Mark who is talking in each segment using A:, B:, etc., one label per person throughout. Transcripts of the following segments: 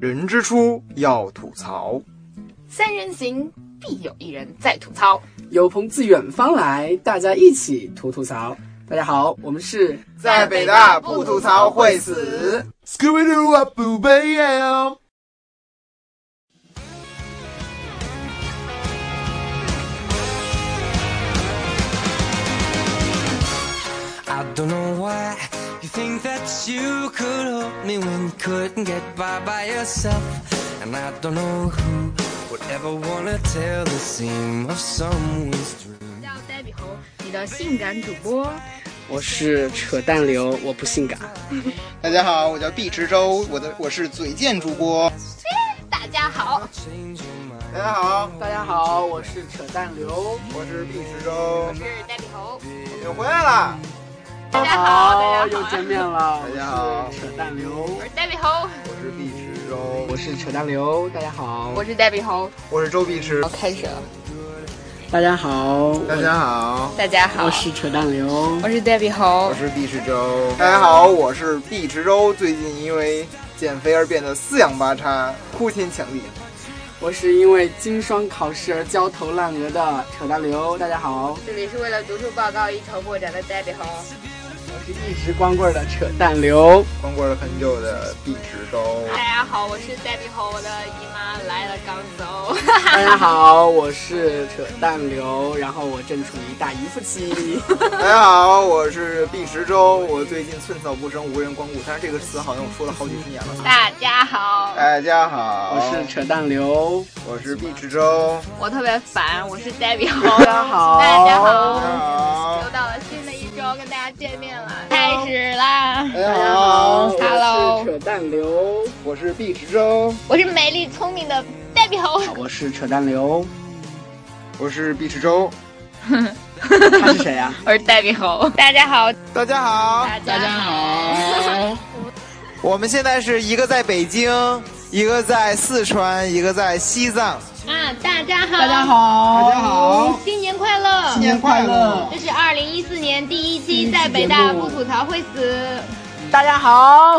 A: 人之初要吐槽，
B: 三人行必有一人在吐槽。
C: 有朋自远方来，大家一起吐吐槽。大家好，我们是
B: 在北大不吐槽会死。
A: Scooby Doo 啊，不啊悲呀！
D: I don't know why you think that you could help me when you couldn't get by by yourself. And I don't know who would ever want to tell the seam of someone's dream.
B: 叫 Debbie 猴，你的性感主播。
C: 我是扯淡流，我不性感。
E: 大家好，我叫毕池洲，我的我是嘴贱主播。
B: 大家好，
D: Change your mind.
E: 大家好，
C: 大家好，我是扯淡流。
E: 我是毕池洲
A: Oh，
B: 我，是 Debbie 猴。
E: 你回来了。
B: 大家好，大家
C: 又
B: 好，
C: 见面了。
E: 大家好
C: 我是扯淡流。
B: 我是 Debbie 猴，
E: 我是毕池洲，
C: 我是扯淡流，大家好。
B: 我是 Debbie 猴。
E: 我是周碧池。
B: 好，开始了。
C: 大家好，
E: 大家好，
B: 大家好，
C: 我是扯淡流。
B: 我是 Debbie 猴
E: 我。是毕池洲。大家好，我是毕池洲。最近因为减肥而变得四仰八叉、哭天抢地。
C: 我是因为经双考试而焦头烂额的扯淡流。大家好，
B: 这里是为了读书报告一筹莫展的 Debbie 猴。
C: 我是一直光棍的扯淡流。
E: 光棍了很久的毕池洲，
B: 大家好，我是 Debbie 猴，我的姨妈来了刚走。
C: 大家好，我是扯淡流，然后我正处于大姨夫期。
E: 大家好，我是毕池洲。我最近寸草不生，无人光顾，但是这个词好像我说了好几十年了。
B: 大家好，
E: 大家好，
C: 我是扯淡流，
E: 我是毕池洲。
B: 我特别烦，我是 Debbie 猴。
C: 大家好
B: 大家
E: 大家
B: 好。
E: 好
B: 又。到了新的一周，跟大家见面了，开始啦！
E: 大家好，
B: Hello
C: 我是扯淡流，
E: 我是毕池洲，
B: 我是美丽聪明的 Debbie 猴，
C: 我是扯淡流，
E: 我是毕池洲。
C: 他是谁啊呀、
B: 我是 Debbie 猴。大家好，
E: 大家好，
B: 大家好，
C: 哎
E: 我们现在是一个在北京，一个在四川，一个在西藏。
B: 啊，大家好，大家好，
C: 好，
E: 大家好，
B: 新年快乐！
E: 新年快乐！
B: 这是二零一四年第一期在北大不吐槽会死，
C: 大家好，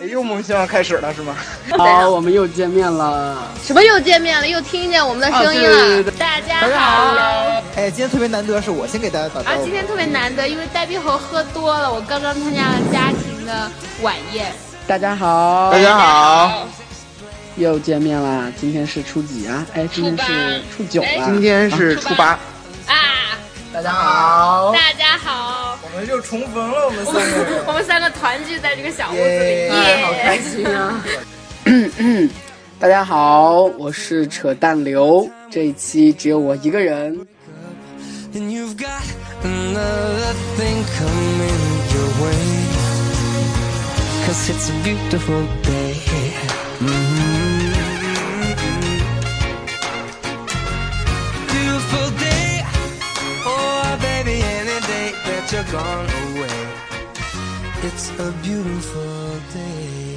E: 哎，又梦相声开始了是吗？
C: 好，我们又见面了。
B: 什么又见面了，又听见我们的声音
C: 啊对对
B: 了
C: 对。
B: 大家好。
E: 哎，今天特别难得，是我先给大家打招
B: 啊，
E: 呼
B: 今。天特别难得，因为呆逼猴喝多了，我刚刚参加了家庭的晚宴。
C: 大家好，
E: 大家好，
C: 又见面啦。今天是初几啊？哎，今天是初九啊
E: 今
C: 了。
E: 天是初八。
B: 啊，
C: 大家好，
B: 大家好，
E: 我们又重逢了，我们三个人。
B: 我们三个团聚在这个小屋子里，
E: 耶
B: 耶
C: 哎好开心啊！嗯大家好，我是扯淡流，这一期只有我一个人。
D: And you've got another thing coming your way. Cause it's a beautiful day. Mm-hmm. Mhm. Beautiful day. Oh, baby, any day that you're gone away. It's a beautiful day.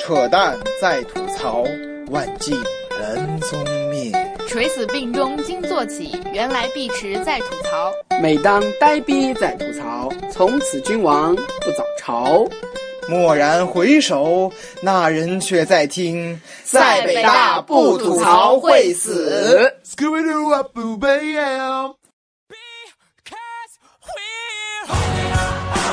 E: 扯淡在吐槽，万径人踪灭。
B: 垂死病中惊坐起，原来碧池在吐槽。
C: 每当呆逼在吐槽，从此君王不早朝。
E: 蓦然回首，那人却在听，在北大不吐槽会死。Scooby Doo 啊，不悲呀！
D: Because we're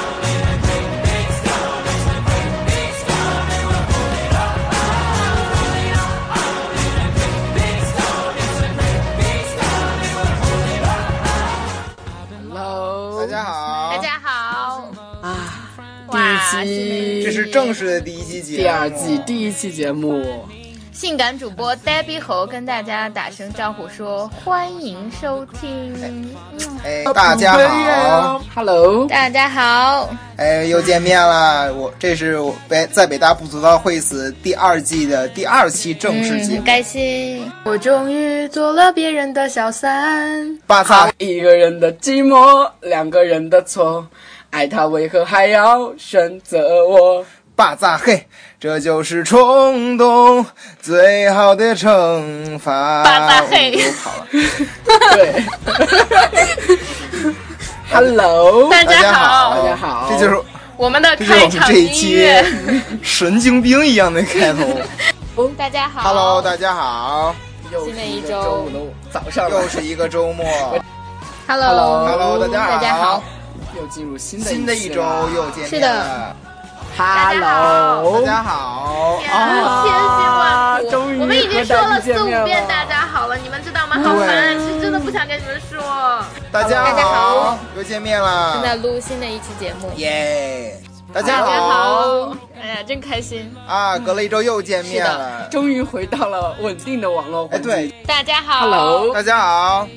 C: Hello，
E: 大家好，
B: 大家好，
C: 啊，
B: 哇，
C: 第一期，
E: 这是正式的第一期节目，
C: 第二季第一期节目，
B: 性感主播呆逼猴跟大家打声招呼说，欢迎收听。
E: 哎，
B: 啊
E: 大家好，
C: Hello，
B: 嗯大家好，
E: 哎，又见面了。我这是我北在北大不吐槽会死第二季的第二期
B: 嗯
E: 正式节目，
B: 开心。我终于做了别人的小三。
E: 巴擦，
C: 一个人的寂寞，两个人的错，爱他为何还要选择我？
E: 巴扎嘿，这就是冲动最好的惩罚。
B: 巴扎嘿
E: 我跑了。
C: 对，Hello，
B: 大家
E: 好，
C: 大家好
E: 这就是
B: 我们的
E: 这就是我
B: 开
E: 们
B: 场
E: 这一
B: 音
E: 期
B: 乐。
E: 神经病一样的开头。
B: 大家好
E: Hello，大家好，
C: 又是
B: 新的一
C: 一个
B: 周
C: 周五的午早上了
E: 又，是一个周末。
B: Hello
E: Hello，大家好，
B: 大家好
C: 又进入新的
E: 新的一周又见
B: 是
E: 面
B: 的
E: 了。
B: 大家好
E: 大
C: Hello，
E: 家好，
B: 啊千辛万苦，
C: 终于
B: 我们已经说了四五
C: 和大家见面
B: 遍
C: 了
B: 大家好了，你们知道吗？好烦，啊是真的不想跟你们说。
E: 大家
B: 大家好，
E: 又见面
B: 正在
E: 了，
B: 录新的一期节目，
E: 耶！大
B: 大
E: 家
B: 家
E: 好
B: 好，哎呀，真开心。
E: 啊，隔了一周又见面了。
C: 终于回到了稳定的网络
E: 哎，
C: 环境。
E: 对，
B: 大家好
C: ，Hello，
E: 大家好，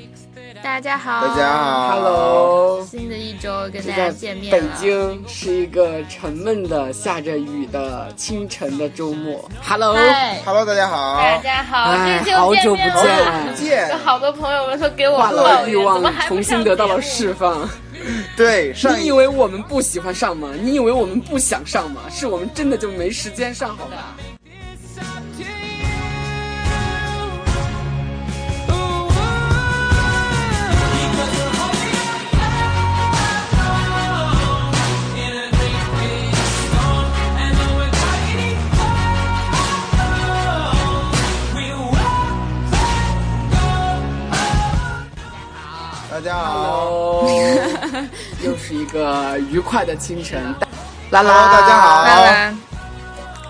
B: 大家好，
E: 大家。好
C: Hello，
B: 新的一周跟
C: 是
B: 大家
C: 在
B: 见面
C: 北
B: 了，
C: 京，是一个沉闷的、下着雨的清晨的周末。Hello，
B: 嗨，
E: ，Hello，大家好，
B: 大家好，
C: 哎
B: 这就见面
C: 好久不
B: 了
C: 见。
E: 不见
B: 有，好多朋友们说给我
C: 话
B: 抱
C: 痨欲
B: 怨，
C: 望
B: 怎么还不
C: 重
B: 上
C: 新得到了
B: 节
C: 释放。
E: 对，上
C: 你
E: 一
C: 以为我们不喜欢上吗？你以为我们不想上吗？是我们真的就没时间上，好
B: 目
C: 吧？
B: 的？
E: 大家好
C: 哦， 又是一个愉快的清晨。
E: ，Hello，大家好，
B: 啦啦，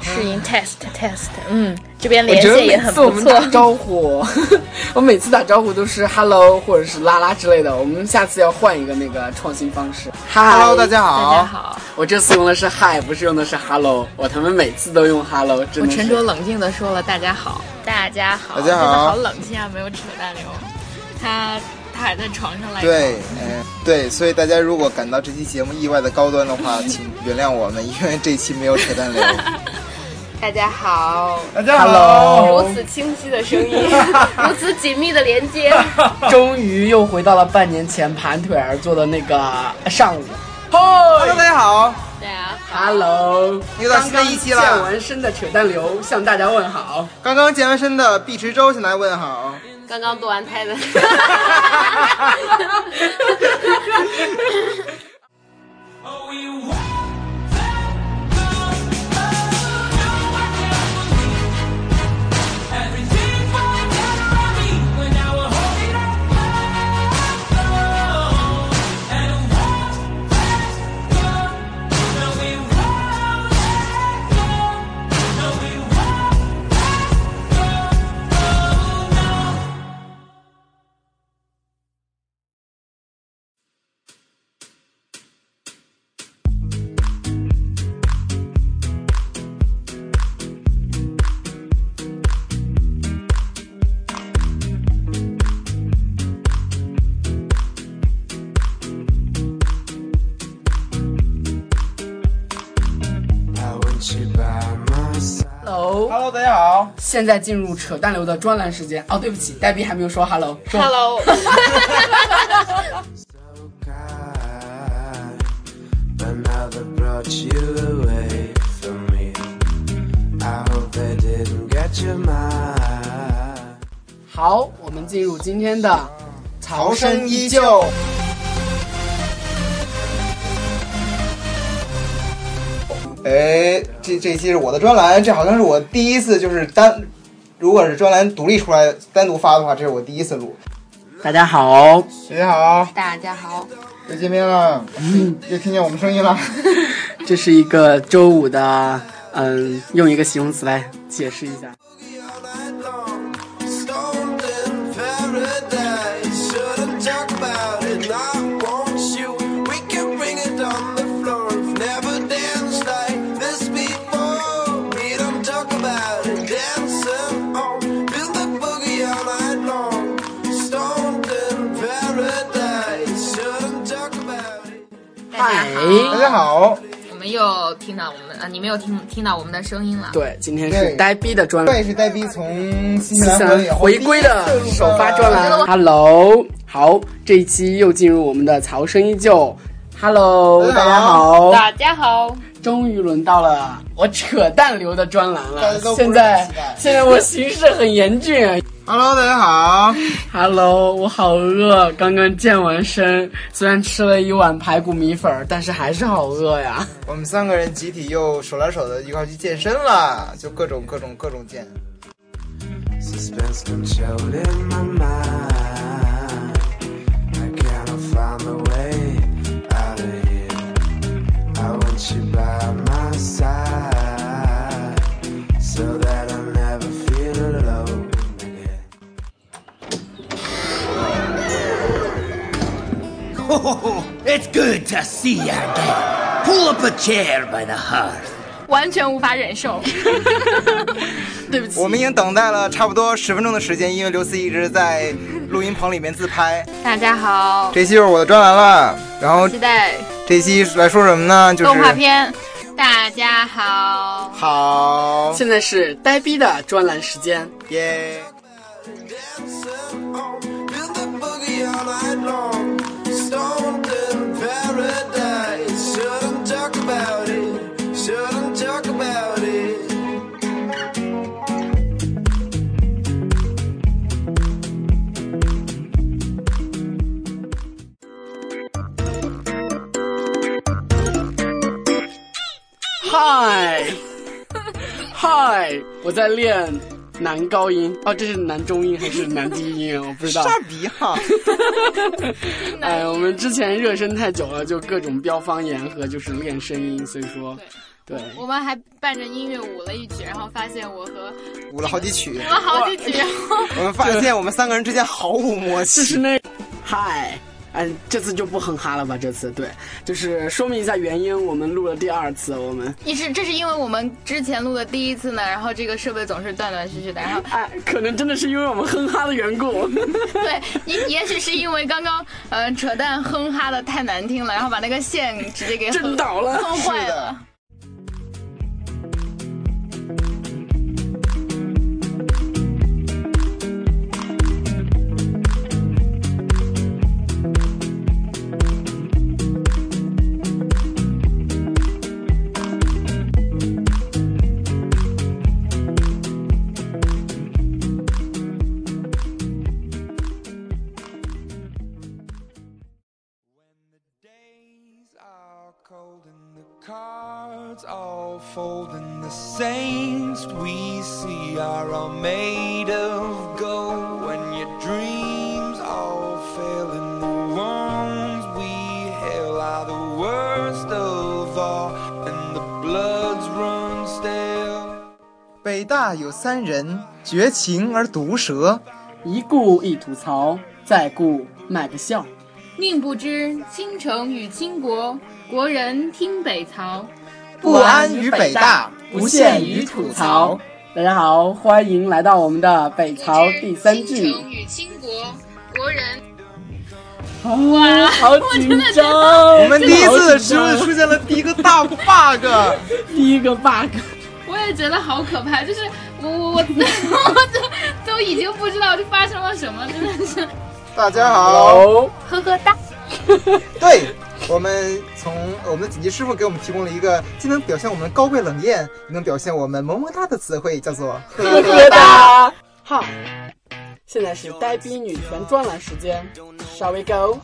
B: 试音 test test，嗯，这边
C: 我
B: 连
C: 觉得
B: 线也
C: 每
B: 很
C: 次我
B: 不
C: 们
B: 错
C: 打。招呼， 我每次打招呼都是 hello 或者是啦啦之类的。我们下次要换一个那个创新方式。
E: ，Hello，
C: Hello，
E: 大家
B: 大
E: 好，
B: 家好，
C: 我这次用的是 hi，不是用的是 hello。我他妈每次都用 hello，真
F: 我
C: 的是。
F: 沉着冷静的说了大家好，
B: 大家
E: 大
B: 好，
E: 家
F: 真的好
E: 好，
F: 冷静啊，没有扯淡流。他他还在床上来着，
E: 对，嗯，对，所以大家如果感到这期节目意外的高端的话， 请原谅我们，因为这期没有扯淡 流。
F: 大家好，
E: 大家
C: Hello
F: 如此清晰的声音，
B: 如此紧密的连接，
C: 终于又回到了半年前盘腿而坐的那个上午。
E: Hello，大家好，
B: 对啊，
C: Hello，
E: 又到新的一期了
C: 刚刚健完身的扯淡流向大家问好。
E: 刚刚健完身的毕池洲向大家问好。
F: 刚刚堕完胎的。
C: Hello，
E: Hello，大家好。
C: 现在进入扯淡流的专栏时间。哦，对不起，黛比还没有说 Hello，说
F: Hello，
G: But now they brought you away from me. I hope they didn't get your mind.
C: 好，我们进入今天的
E: 逃
C: 逃
E: 生
C: 生
E: 依
C: 依
E: 旧
C: 旧。。
E: 哎，这这一期是我的专栏，这好像是我第一次就是单，如果是专栏独立出来单独发的话，这是我第一次录。
C: 大家好，
E: 大家好，
F: 大家好，
E: 又见面了，
C: 嗯
E: 又听见我们声音了。
C: 这是一个周五的，嗯，用一个形容词来解释一下。
G: All night long, stoned in paradise. Shouldn't talk about it, not want you. We can bring it on the floor. I've never danced like this before. We don't talk about it, dancing on. Build the boogie all night long, stoned in paradise. Shouldn't talk about it.
C: 嗨，
E: 大家好，
F: 我们又听到我们啊，你没有听听到我们的声音了。
C: 对，今天是呆逼的专栏。
E: 这是呆逼从新西
C: 新
E: 兰
C: 西
E: 回来以
C: 兰
E: 后
C: 回归的
E: 第一次
C: 首发专栏。Hello，好，这一期又进入我们的曹生依旧。Hello，大
E: 大
C: 家
E: 家
C: 好。
F: 大家好，
C: 终于轮到了我扯淡流的专栏
E: 大
C: 了
E: 家都。不是
C: 现
E: 很
C: 在
E: 期待
C: 现在我形势很严峻啊。
E: Hello，大家好。
C: Hello，我好饿，刚刚健完身，虽然吃了一碗排骨米粉儿，但是还是好饿呀。
E: 我们三个人集体又手拉手的一块儿去健身了，就各种各种各种健。
D: Suspense controlling my mind. I gotta find a way out of here. I want you by my side so that I never feel alone again.
F: 完全无法忍受。对不起，
E: 我们已经等待了差不多十分钟的时间，因为刘思一直在录音棚里面自拍。
F: 大家好，
E: 这期就是我的专栏了，然后
F: 期待
E: 这期来说什么呢？就是
F: 动画片。大家好，
E: 好
C: 现在是呆逼的专栏时间，
E: 耶。
G: Dancing on, do the boogie all night long. Stoned in paradise. Shouldn't talk about it. Shouldn't talk about it.
C: 嗨 嗨，我在练男高音哦，这是男中音还是男低音啊？我不知道。
E: 傻逼哈！
C: 哎，我们之前热身太久了，就各种飙方言和就是练声音，所以说，对，
F: 我们还伴着音乐舞了一曲，然后发现我和
E: 舞了好几曲，
F: 我们好几曲，然 后
E: 我们发现我们三个人之间毫无默
C: 这是
E: 契。
C: 那嗨。嗯，这次就不哼哈了吧？这次对，就是说明一下原因，我们录了第二次，我们
B: 一是这是因为我们之前录的第一次呢，然后这个设备总是断断续续的，然后
C: 哎，可能真的是因为我们哼哈的缘故。
B: 对，也也许是因为刚刚呃扯淡哼哈的太难听了，然后把那个线直 接给哼
C: 震倒了
B: 哼坏了。
D: Days are cold and the cards all fold and the saints we see are all made of gold. When your dreams all fail and the wrongs we hail are the worst of all and the bloods run stale.
E: 北大有三人，绝情而毒舌。
C: 一顾一吐槽，再顾卖个笑。
F: 宁不知倾城与倾国，国人听北曹。
E: 不安于北大，
C: 不限于吐槽。。大家好，欢迎来到我们的北朝第三季。
F: 与倾国，国人
C: 哇，好紧张！
E: 我
C: 我
E: 们第一次
C: 是
E: 就是出现了第一个大 bug，
C: 第一个 bug，
F: 我也觉得好可怕，就是我我我我都都已经不知道这发生了什么，真的是
E: 大家好，
C: 哦，
F: 呵呵哒。
E: 对。我们从呃我们的剪辑师傅给我们提供了一个既能表现我们高贵冷艳，也能表现我们萌萌哒的词汇，叫做
C: 呵呵哒。好，现在是呆逼女权专栏时间，Shall we go?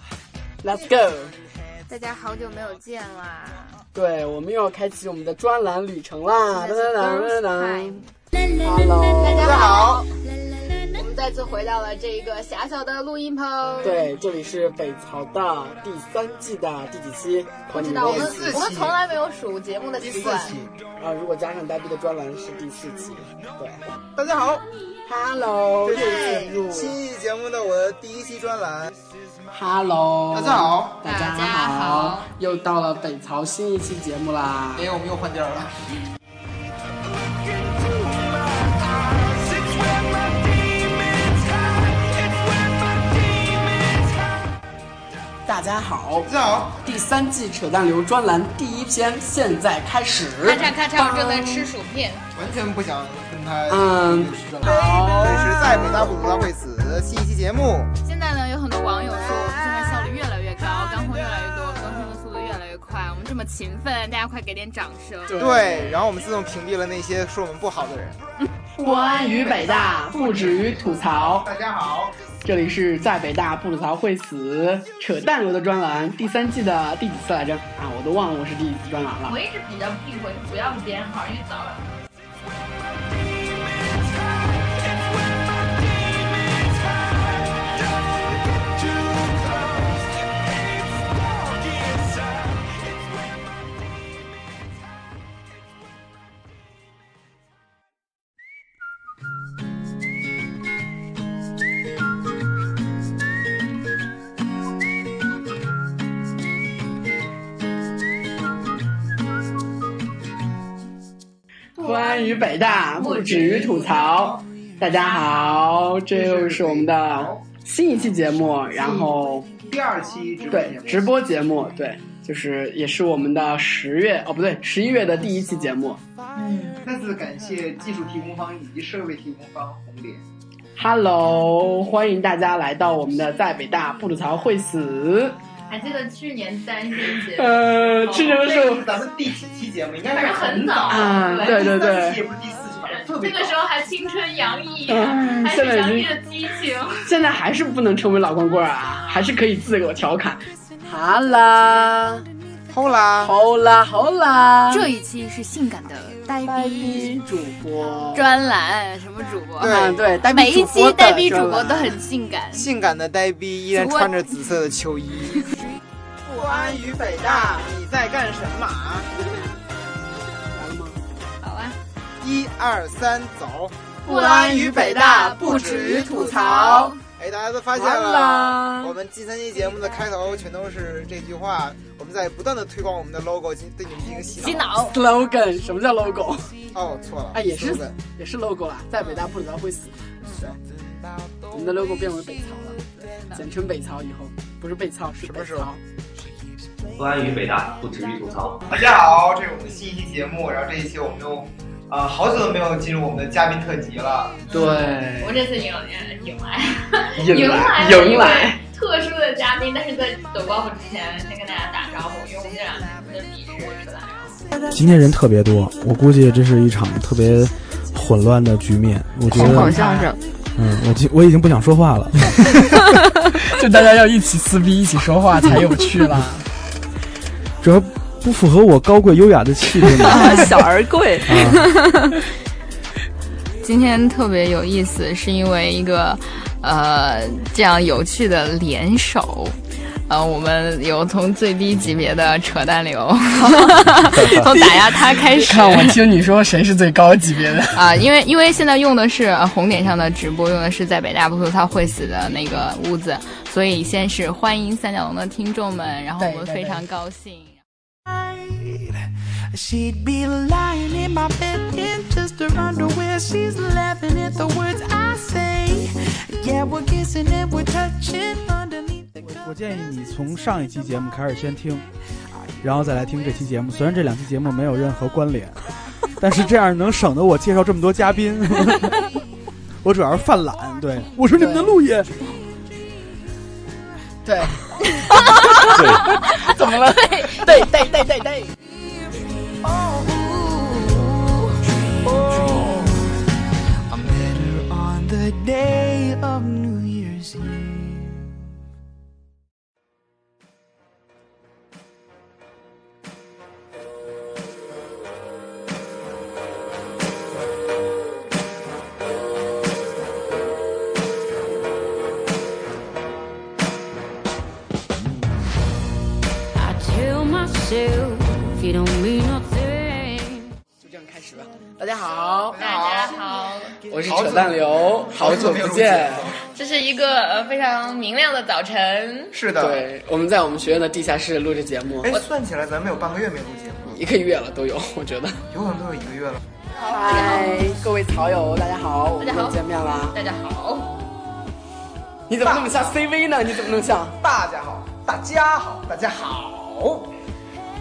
C: Let's go.
B: 大家好久没有见啦！
C: 对，我们又要开启我们的专栏旅程啦！
B: 现在是 girls
C: 当当当当
B: time
C: Hello，
B: 大家好，我们再次回到了这个狭小的录音棚。，
C: 对，这里是北朝的第三季的第几期？不
B: 知道我们
E: 第四期
B: 我们从来没有数节目的
E: 第
B: 习
E: 四
B: 惯。
E: 期。
C: 啊，如果加上呆逼的专栏是第四期。对
E: 大家好，
C: ，Hello，
E: 这
C: 又
E: 是
C: 进入
E: 新一期节目的我的第一期专栏。
C: Hello，
E: 大家，好，
C: 大家
F: 大家
C: 好
F: 好，
C: 又到了北朝新一期节目啦。
E: 哎，我们又换地儿了。
C: 大家好，
E: 大家好，
C: 第三季扯淡流专栏第一篇现在开始。
F: 咔嚓咔嚓，我正在吃薯片。
E: 完全不想跟他
C: 嗯
E: 是专栏。这里是在北大不读大会死新一期节目。
B: 现在呢，有很多网友说我们现在效率越来越高，干货越来越多，更新的速度越来越快，我们这么么勤奋，大家快给点掌声。
E: 对，然后我们自动屏蔽了那些说我们不好的人。
C: 国安与北大不止于吐槽，
E: 大家好，
C: 这里是在北大不吐槽会死扯淡流的专栏第三季的第几次来着？啊，我都忘了我是第几次专栏了
F: 我。一直比较避讳不要编号，因为早晚。
C: 国安与北大不止于吐槽，大家好，这又是我们的新一期节目，然后
E: 第二期直
C: 对直播节目，对，就是也是我们的十月哦不对十一月的第一期节目。
E: 再次感谢技术提供方以及设备提供方红点。
C: Hello，欢迎大家来到我们的在北大不吐槽会死。
F: 还记得去年单身节目，
C: 呃，去年的时
E: 这
B: 哦
C: 候
E: 是咱们第七期节目，应该
F: 反正
E: 是
F: 很早
E: 早，
C: 啊，对对
E: 第三
C: 对
E: 期，也不是第四期，反正特别
F: 那
E: 早。
F: 个时候还青春洋溢，
C: 嗯
F: 还是洋溢的激情。
C: 现在还是不能成为老光棍儿啊，还是可以自我调侃。好啦，
E: 后啦，
C: 好啦，好啦，
B: 这一期是性感的呆逼
C: 主播，
B: 专栏，什么主播？
C: 嗯对，呆逼
B: 每一
C: 主播
B: 期
C: 的
B: 呆逼主
C: 专
B: 播
C: 栏
B: 都很性感。
E: 性感的呆逼依然
B: 主播
E: 穿着紫色的秋衣。不安于北大，你在干什么？
B: 好啊，
E: 一二三，走！
B: 不安于北大不止于吐槽。
E: 哎，大家都发现
C: 完啦
E: 了，我们第三期节目的开头全都是这句话。我们在不断的推广我们的 logo，进对你们进行洗
B: 洗脑。
C: slogan，什么叫 logo？
E: 哦，错了，
C: 啊，也是
E: slogan
C: 也是 logo 啦，在北大不知道会死。我们的 logo 变为北曹了，简称北曹以后不是北曹是
E: 什
C: 北
E: 么时候
C: 曹。
H: 关于北大不止于吐槽，
I: 大家好，这是我们新一期节目，然后这一期我们又，啊、好久都没有进入我们的嘉宾特辑了。
C: 对
F: 我，这次迎来迎来
C: 迎
F: 来了一
C: 迎来。
F: 位特殊的嘉宾，但是在走光谱之前先跟大家打招呼，因为我们这两年的底是扯淡，然后
J: 今天人特别多，我估计这是一场特别混乱的局面。我觉得，
B: 相声，
J: 嗯，我记我已经不想说话了。
C: 就大家要一起撕逼，一起说话才有趣啦。
J: 主要不符合我高贵优雅的气质嘛。
K: 小而贵。
J: 啊，
B: 今天特别有意思，是因为一个呃这样有趣的联手。呃，我们有从最低级别的扯淡 流，从打压他开始。
C: 看我听你说谁是最高级别的，
B: 啊、因为因为现在用的是、呃、红点上的直播，用的是在北大不吐槽会死的那个屋子，所以先是欢迎三角龙的听众们，然后我们
C: 对对
B: 非
C: 对
B: 常高兴。
D: She'd be lying in my bed in just her underwear. She's laughing at the words I say. Yeah, we're kissing and we're touching underneath the
J: 我我建议你从上一期节目开始先听，然后再来听这期节目。虽然这两期节目没有任何关联， 但是这样能省得我介绍这么多嘉宾。 我主要是犯懒，对我是你们的路野。
C: 对，怎么了？对对对对对，
D: I met her on the day of New Year's Eve.
C: 就这样开始吧。大家好，
B: 大家好，
C: 我是扯淡流，好久不见。
B: 这是一个呃非常明亮的早晨，
I: 是的，
C: 对，我们在我们学院的地下室录这节目
I: 哎，，算起来咱们有半个月没录节目，
C: 一个月了都有，我觉得。
I: 有可能都有一个月了。
C: 嗨，各位草友，大家好，我们又见面啦。
F: 大家好，
C: 你怎么那么像 CV 呢？你怎么能像？
I: 大家好，大家好，大家好，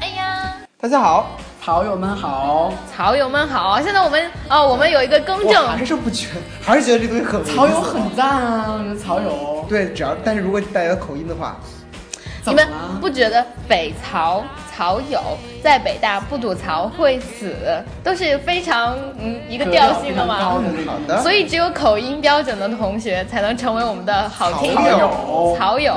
B: 哎呀，
I: 大家好。
C: 草友们好，
B: 草友们好，现在我们哦，我们有一个更
I: 我还
B: 正，
I: 是不觉， 还是觉得这东西很无
C: 草友
I: 聊
C: 很赞啊，我们草友。
I: 对，只要但是如果带有口音的话，
C: 怎
B: 你
C: 么
B: 们
C: 了？
B: 不觉得北曹好友，在北大不吐槽会死，都是非常嗯一个调性的嘛。
L: 格调非常高的好的
B: 所以只有口音标准的同学才能成为我们的好听
L: 好友
B: 好友。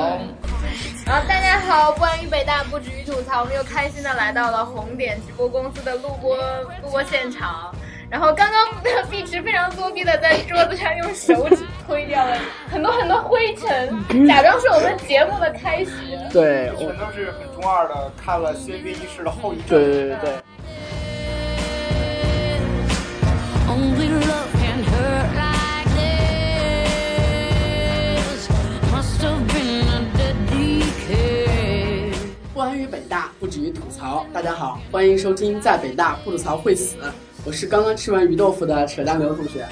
M: 然后大家好，关于北大不止于吐槽，我们又开心的来到了红点直播公司的录播录播现场。然后刚刚碧池非常作弊的在桌子上用手指推掉了很多很多灰
E: 嗯
M: 尘，假装是我们节目的开始。
C: 对
E: 全都是很中二的，看了《仙乐一世》的后遗症。
C: 对对对对。
N: Only love can hurt like this. Must have been a dead decay.
C: 关于北大不止于吐槽，大家好，欢迎收听《在北大不吐槽会死》，我是刚刚吃完鱼豆腐的扯淡刘同学。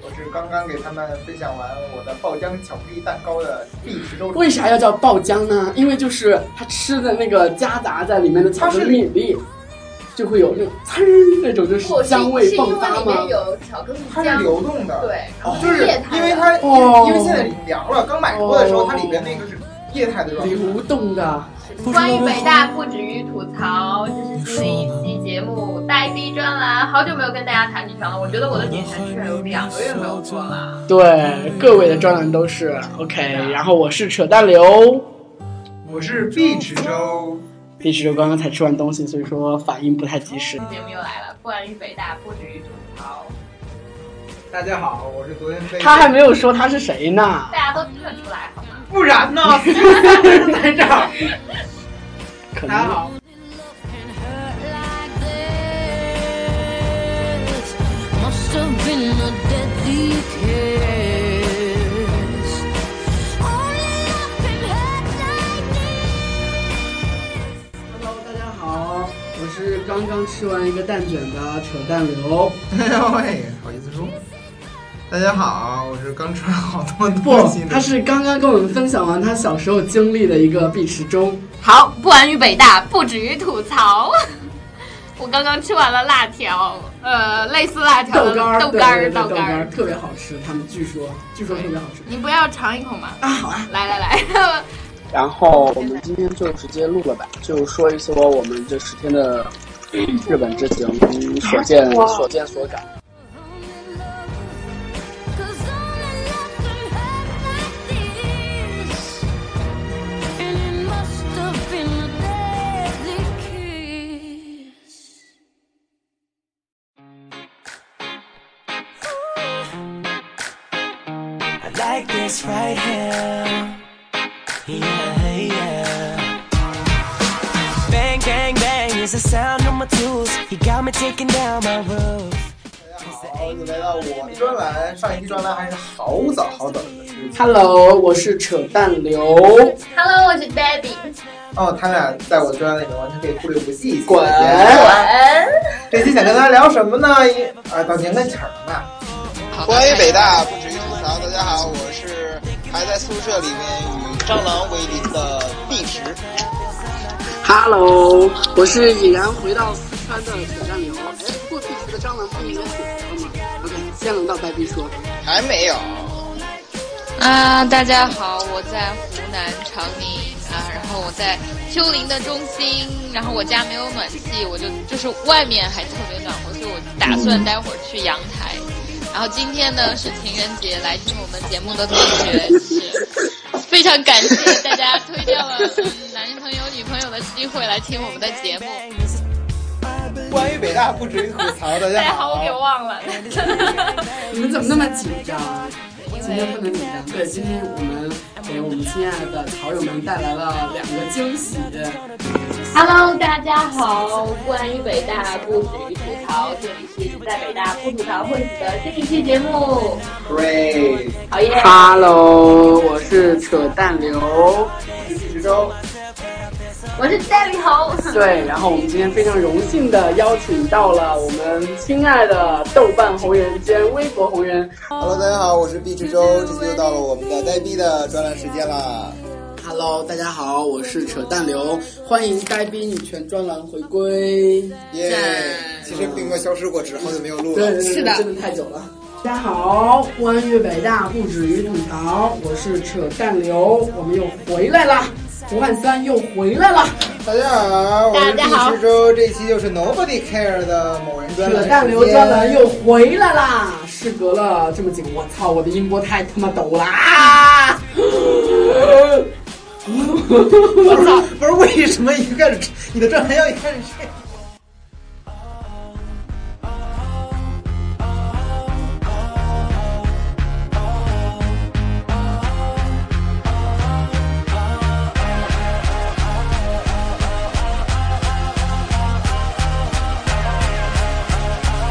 E: 我是刚刚给他们分享完我的爆浆巧克力蛋糕的必吃豆。
C: 为啥要叫爆浆呢？因为就是它吃的那个夹杂在里面的巧克力粒，就会有那种呲儿那种就是
M: 不是
C: 香味
M: 是因为
C: 迸发
M: 里面
C: 吗？
M: 有巧克力
E: 它
M: 酱，
E: 是流动的哦
M: 对，然后
E: 就是
M: 液态
E: 因为
M: 的
E: 它，因
C: 哦
E: 为因为现在凉了，刚买锅的时候，它里边那个是液态的
I: 哦
E: 状态。
C: 流动的。
M: 关于北大不止于吐槽，这是新的一期节目带第一专栏，好久没有跟大家谈女权了。我觉得我的女权是有两个月没有做了。
C: 对，各位的专栏都是 OK，然后我是扯淡刘，
E: 我是碧池粥，
C: 必须就刚刚才吃完东西，所以说反应不太及时。
M: 节目又来了，关于北大不止于吐槽，
E: 大家好，我是昨天被
C: 他还没有说他是谁呢，
M: 大家都听得出来好吗？
E: 不然呢？在这儿。
C: 可
E: 大家
C: 能
E: 好，
N: Must have been a dead decay. Only love can hurt
C: Hello，
N: like this.
C: 大家好，我是刚刚吃完一个蛋卷的扯淡刘。
E: 哎呦喂，好意思说。大家好，我是刚吃完好多
C: 不
E: 东西，的。
C: 他是刚刚跟我们分享完他小时候经历的一个碧池粥。
B: 好，关于北大不止于吐槽。 我刚刚吃完了辣条，呃，类似辣条
C: 豆
B: 的
C: 干儿，
B: 豆干儿，
C: 对对对
B: 豆
C: 豆
B: 干
C: 儿
B: 儿。
C: 特别好吃，他们据说据说特别好吃。
B: 你不要尝一口吗？
C: 啊，好啊。
B: 来来来，
C: 然后我们今天就直接录了吧，就说一说我们这十天的日本之行嗯所见
B: 哇
C: 所见所感。
N: Cause only love can hurt like this. And it must have been a deadly kiss.
O: I like this right here. Yeah, yeah. Bang, bang, bang is the sound of my tools. You got me taking down my roof.
E: 好，又来到我专栏，上一期专栏还是好早好早的事情。
C: Hello，我是扯淡刘，
M: Hello，我是 Debbie，
E: 哦，他俩在我的专栏里面完全可以忽略不计。
C: 滚
M: 滚，
E: 这期想跟大家聊什么呢？啊，到年跟前儿呢。关于北大不止于吐槽，大家好，我是还在宿舍里面与蟑螂为邻的碧池。
C: Hello，我是已然回到四川的扯淡刘。哎，不过碧池的蟑螂不应该是我吗？OK，先轮到白碧说。
E: 还没有，
B: 啊，大家好，我在湖南长宁啊，然后我在丘陵的中心，然后我家没有暖气，我就就是外面还特别暖和，所以我打算待会儿去阳台。然后今天呢是情人节，来听我们节目的同学是非常感谢大家推掉了嗯男朋友女朋友的机会来听我们的节 目。
E: 关于北大不止于吐槽，大
B: 大
C: 哎
E: 家
B: 家好，
E: 好
B: 我。给忘了。
C: 你们怎么那么紧张？今天不能紧张。对，今天我们给我们亲爱的草友们带来了两个惊喜。
M: Hello，大家好！关于北大不止于吐槽，这里是在北大不吐槽会死的新一期节目。
E: Great，
M: 好耶！
C: Hello，我是扯淡刘。
E: 碧池周，
M: 我是 Debbie 猴。
C: 对，然后我们今天非常荣幸的邀请到了我们亲爱的豆瓣红人兼微博红人。
P: Hello，大家好，我是毕志洲，
C: 嗯
P: 这次又到了我们的呆逼的专栏时间啦。
C: Hello，大家好，我是扯淡刘，欢迎该逼女权专栏回归。
P: 耶、其实并没有消失过，只是好久没有录
E: 嗯
C: 对
P: 了
C: 对。对，真嗯的太久了。大家好，关于北大不止于吐槽，我是扯淡刘，我们又回来啦。胡汉三又回来了。
E: 大家好，我是
C: 大家好
E: 毕池洲，这期就是 Nobody Care 的某人专栏。
C: 扯淡流专栏又回来啦！事隔了这么久，我操，我的音波太他妈抖了啊！
E: 我操！不是为什么一开始你的专栏要一开始这样？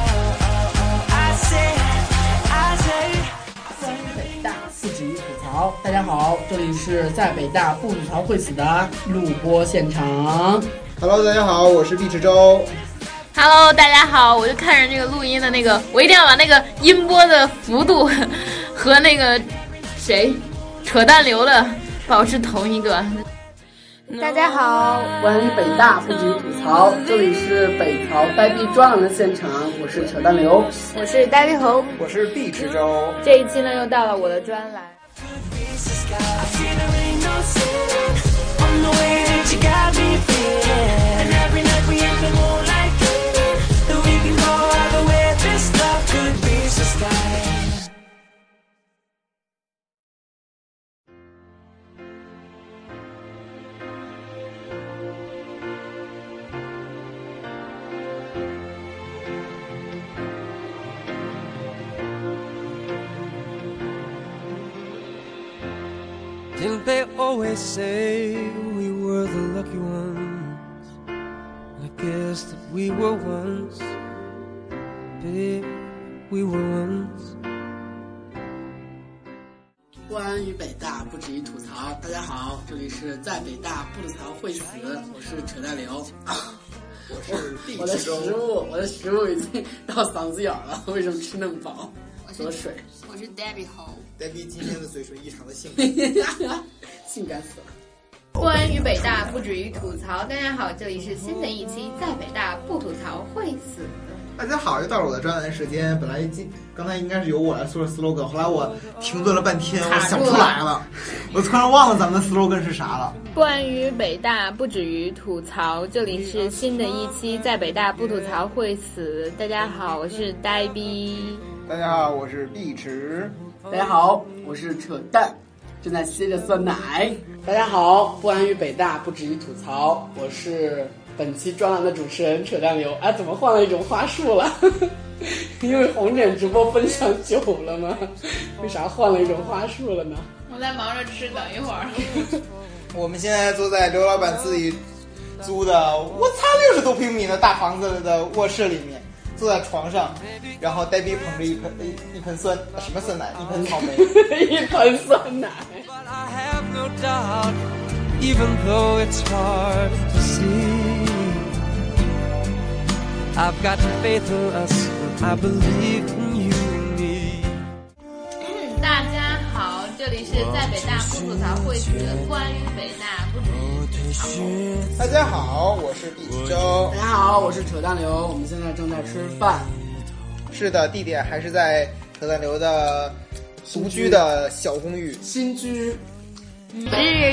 D: I say, I say.
C: 在北大不止于吐槽，大家好，这里是在北大不吐槽会死的录播现场。
E: Hello，大家好，我是毕池洲。
B: Hello，大家好，我就看着那个录音的那个，我一定要把那个音波的幅度 和那个谁扯淡流的保持同一个。
C: 大家好，关于北大不止于吐槽，这里是北淘呆逼专栏的现场，我是扯淡流。
B: 我是呆逼猴，
E: 我是毕池洲。
B: 这一期呢又到了我的专栏。
D: Didn't they always say we were the lucky ones? I guess that we were once. Babe, we were once.
C: 关于北大不止于吐槽，大家好，这里是在北大不吐槽会死，我是扯淡流。我
E: 是毕
C: 我的
E: 池
C: 食
E: 洲
C: 物，我的食物已经到嗓子眼儿了，为什么吃那么饱？喝水，
E: 我是 Debbie 猴。Debbie 今天的嘴唇异常的性感。
C: 性感死了。
B: 关于北大不止于吐槽，大家好，这里是新的一期在北大不吐槽会死。
E: 大家好，又到了我的专栏时间。本来今刚才应该是由我来说 slogan，后来我停顿了半天，我想不出来了，我突然忘了咱们的 slogan 是啥了。
B: 关于北大不止于吐槽，这里是新的一期，在北大不吐槽会死。大家好，我是呆逼。
E: 大家好，我是碧池。
C: 大家好，我是扯淡，正在吸着酸奶。大家好，不安于北大，不止于吐槽，我是本期专栏的主持人扯淡流。哎，怎么换了一种花束了？ 因为红点直播分享久了吗？为啥换了一种花束了呢？
Q: 我在忙着吃，等一会儿。
E: 我们现在坐在刘老板自己租的，我操，六十多平米的大房子的卧室里面，坐在床上，然后呆逼捧着一盆一一盆酸什么酸奶，一盆草 莓，
C: 一盆酸奶。
D: No doubt, even though it's hard to see. I've got faith in us, and I believe in you and me.
B: 大家好，这里是在北大不吐槽会死。关于北大不止于吐槽。
E: 大家好，我是毕志洲。
C: 大家好，我是扯淡流。我们现在正在吃饭。
E: 是的，地点还是在扯淡流的独居的小公寓，
C: 新居。
B: 知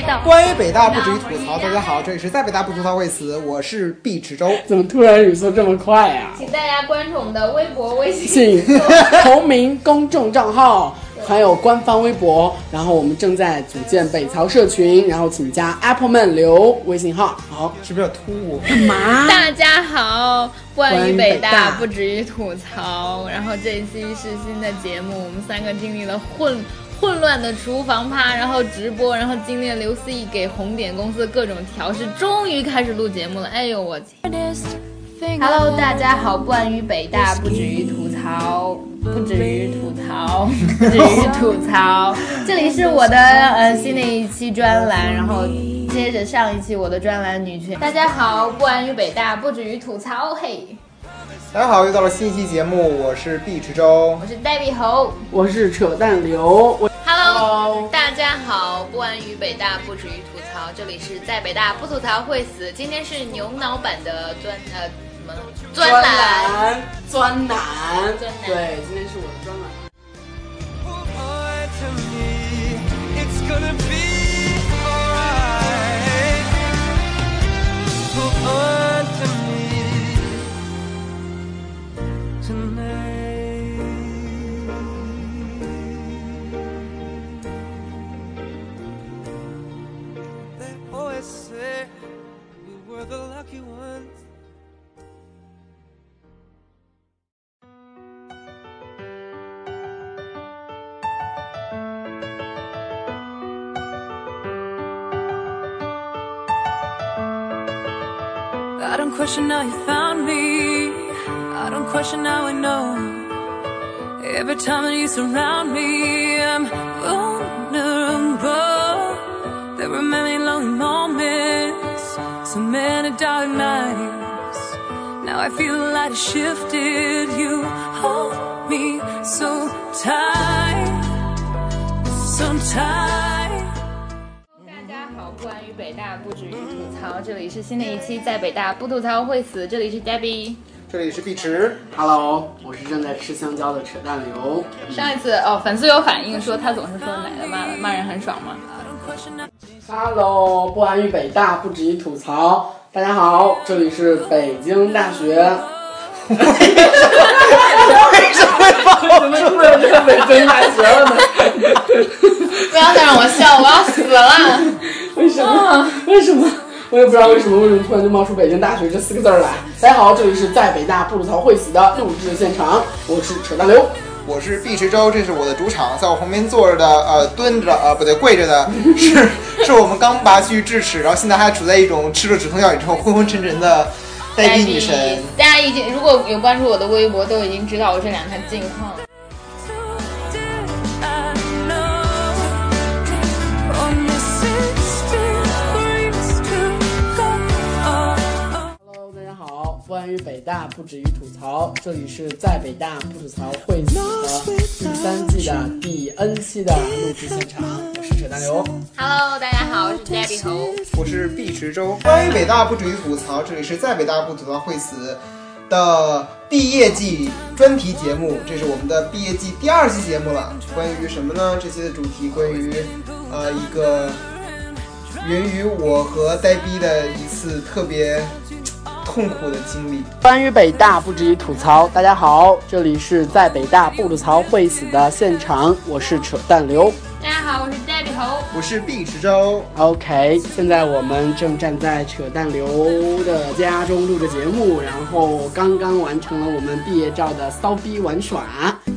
B: 道。
E: 关于北大不止于吐槽，大家好，这里是在北大不吐槽会死，我是毕池洲。
C: 怎么突然语速这么快啊呀、
B: 请大家关注我们的微博、微
C: 请
B: 信。
C: 同名公众账号，还有官方微博。然后我们正在组建北曹社群，然后请加 Apple Man 留微信号。好，
E: 是不是有点突兀？
C: 干嘛？
N: 大家好，关
C: 关
N: 于
C: 于
N: 北
C: 北
N: 大
C: 大
N: 不止于吐槽，然后这一期是新的节目，我们三个经历了混混乱的厨房趴，然后直播，然后经历了刘思义给红点公司各种调试，终于开始录节目了。哎呦我天
B: Hello，大家好，关于北大不止于吐槽，不止于吐 槽，不止于吐槽。这里是我的呃新的一期专栏，然后接着上一期我的专栏女权。大家好，关于北大不止于吐槽，嘿，
E: 大家好，又到了新一期节目，我是毕池洲
B: 我。是呆比猴。
C: 我是扯淡流，我
B: Hello，大家好，关于北大不止于吐槽，这里是在北大不吐槽会死。今天是牛脑版的专呃什么专栏。
C: 专栏，
B: 专栏
C: 对，今天是我的专栏。
D: It's gonna be alright.
N: I don't question how you found me. I don't question how I know. Every time that you surround me, I'm vulnerable. There were many lonely moments, so many dark nights. Now I feel the light has shifted. You hold me so tight, so tight.
R: 好，不安于北大，不止于吐槽。这里是新的一期，在北大不吐槽会死。这里是 Debbie。
C: 这里是碧池，Hello，我是正在吃香蕉的扯淡流。
B: 上一次哦，粉丝有反映说他总是说奶奶骂了骂人很爽吗？
C: Hello，不含于北大，不止于吐槽。大家好，这里是北京大学。为什么怎么出了这个北京大学了呢？
B: 不要再让我笑，我要死 了！
C: 为什么？为什么？我也不知道为什么，为什么突然就冒出北京大学这四个字儿来？大家好，这里是在北大不吐槽会死的录制现场，我是扯淡流。
E: 我是毕池洲，这是我的主场，在我旁边坐着的，呃，蹲着，呃，不对，跪着 的，是是我们刚拔去智齿，然后现在还处在一种吃了止痛药以后昏昏沉沉的黛碧女神。
B: 大家已经如果有关注我的微博，都已经知道我这两天近况了。
N: On the 16th, rings to go on.
C: Hello，大家好，不安于北大，不止于吐槽，这里是在北大不吐槽会死的第三季的第 N 期的录制现场，我是扯淡流。
R: Hello，大家好，我是 Debbie 猴。
E: 我是毕池洲，关于北大不止于吐槽，这里是在北大不吐槽会死的毕业季专题节目，这是我们的毕业季第二期节目了。关于什么呢？这期的主题关于呃一个源于我和呆逼的一次特别痛苦的经历。
C: 关于北大不止于吐槽，大家好，这里是在北大不吐槽会死的现场，我是扯淡流。
R: 大家好，我是 Debbie 猴。
E: 我是毕池洲。
C: OK，现在我们正站在扯淡流的家中录着节目，然后刚刚完成了我们毕业照的骚逼玩耍。
R: 嗯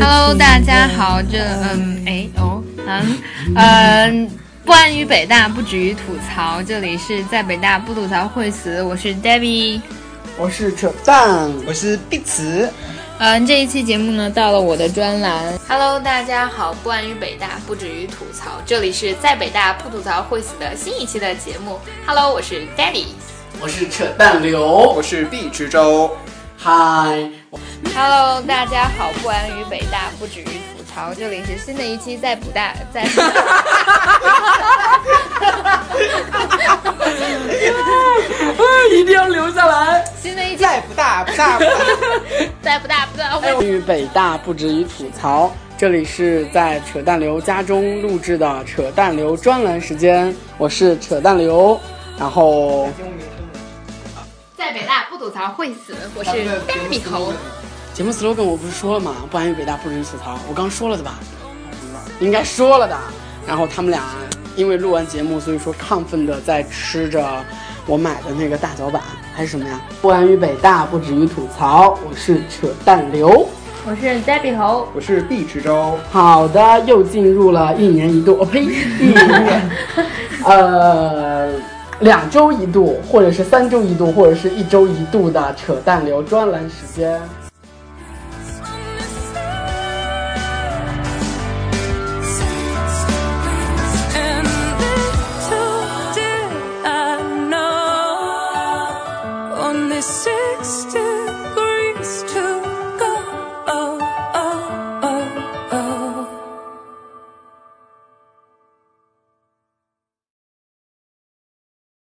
B: Hello，大家好，这嗯哎哦嗯嗯，不安于北大，不止于吐槽。这里是在北大不吐槽会死，我是 Debbie。
C: 我是扯淡，
E: 我是碧池。
B: 嗯，这一期节目呢，到了我的专栏。
R: Hello，大家好，不安于北大，不止于吐槽。这里是在北大不吐槽会死的新一期的节目。Hello，我是 Daddy。
C: 我是扯淡流，我
E: 是毕池洲。
C: 嗨，
B: Hello，大家好，不安于北大，不止于吐槽。这里是新的一期在北大，在
C: 一定要留下来。
B: 新的一期
E: 在不大不大不 大，
B: 在北大不大会
C: 哎关于北大不止于吐槽，这里是在扯淡流家中录制的扯淡流专栏时间，我是扯淡流，然后
B: 在北大不吐槽会死，我是 Daddy 猴。
C: 节目 slogan 我不是说了吗？不安于北大，不止于吐槽，我刚说了的吧？应该说了的。然后他们俩因为录完节目，所以说亢奋的在吃着我买的那个大脚板，还是什么呀？不安于北大，不止于吐槽，我是扯淡流。
B: 我是 Debbie 猴。
E: 我是毕池洲。
C: 好的，又进入了一年一度，哦呸，一年，呃，两周一度，或者是三周一度，或者是一周一度的扯淡流专栏时间。
N: Oh,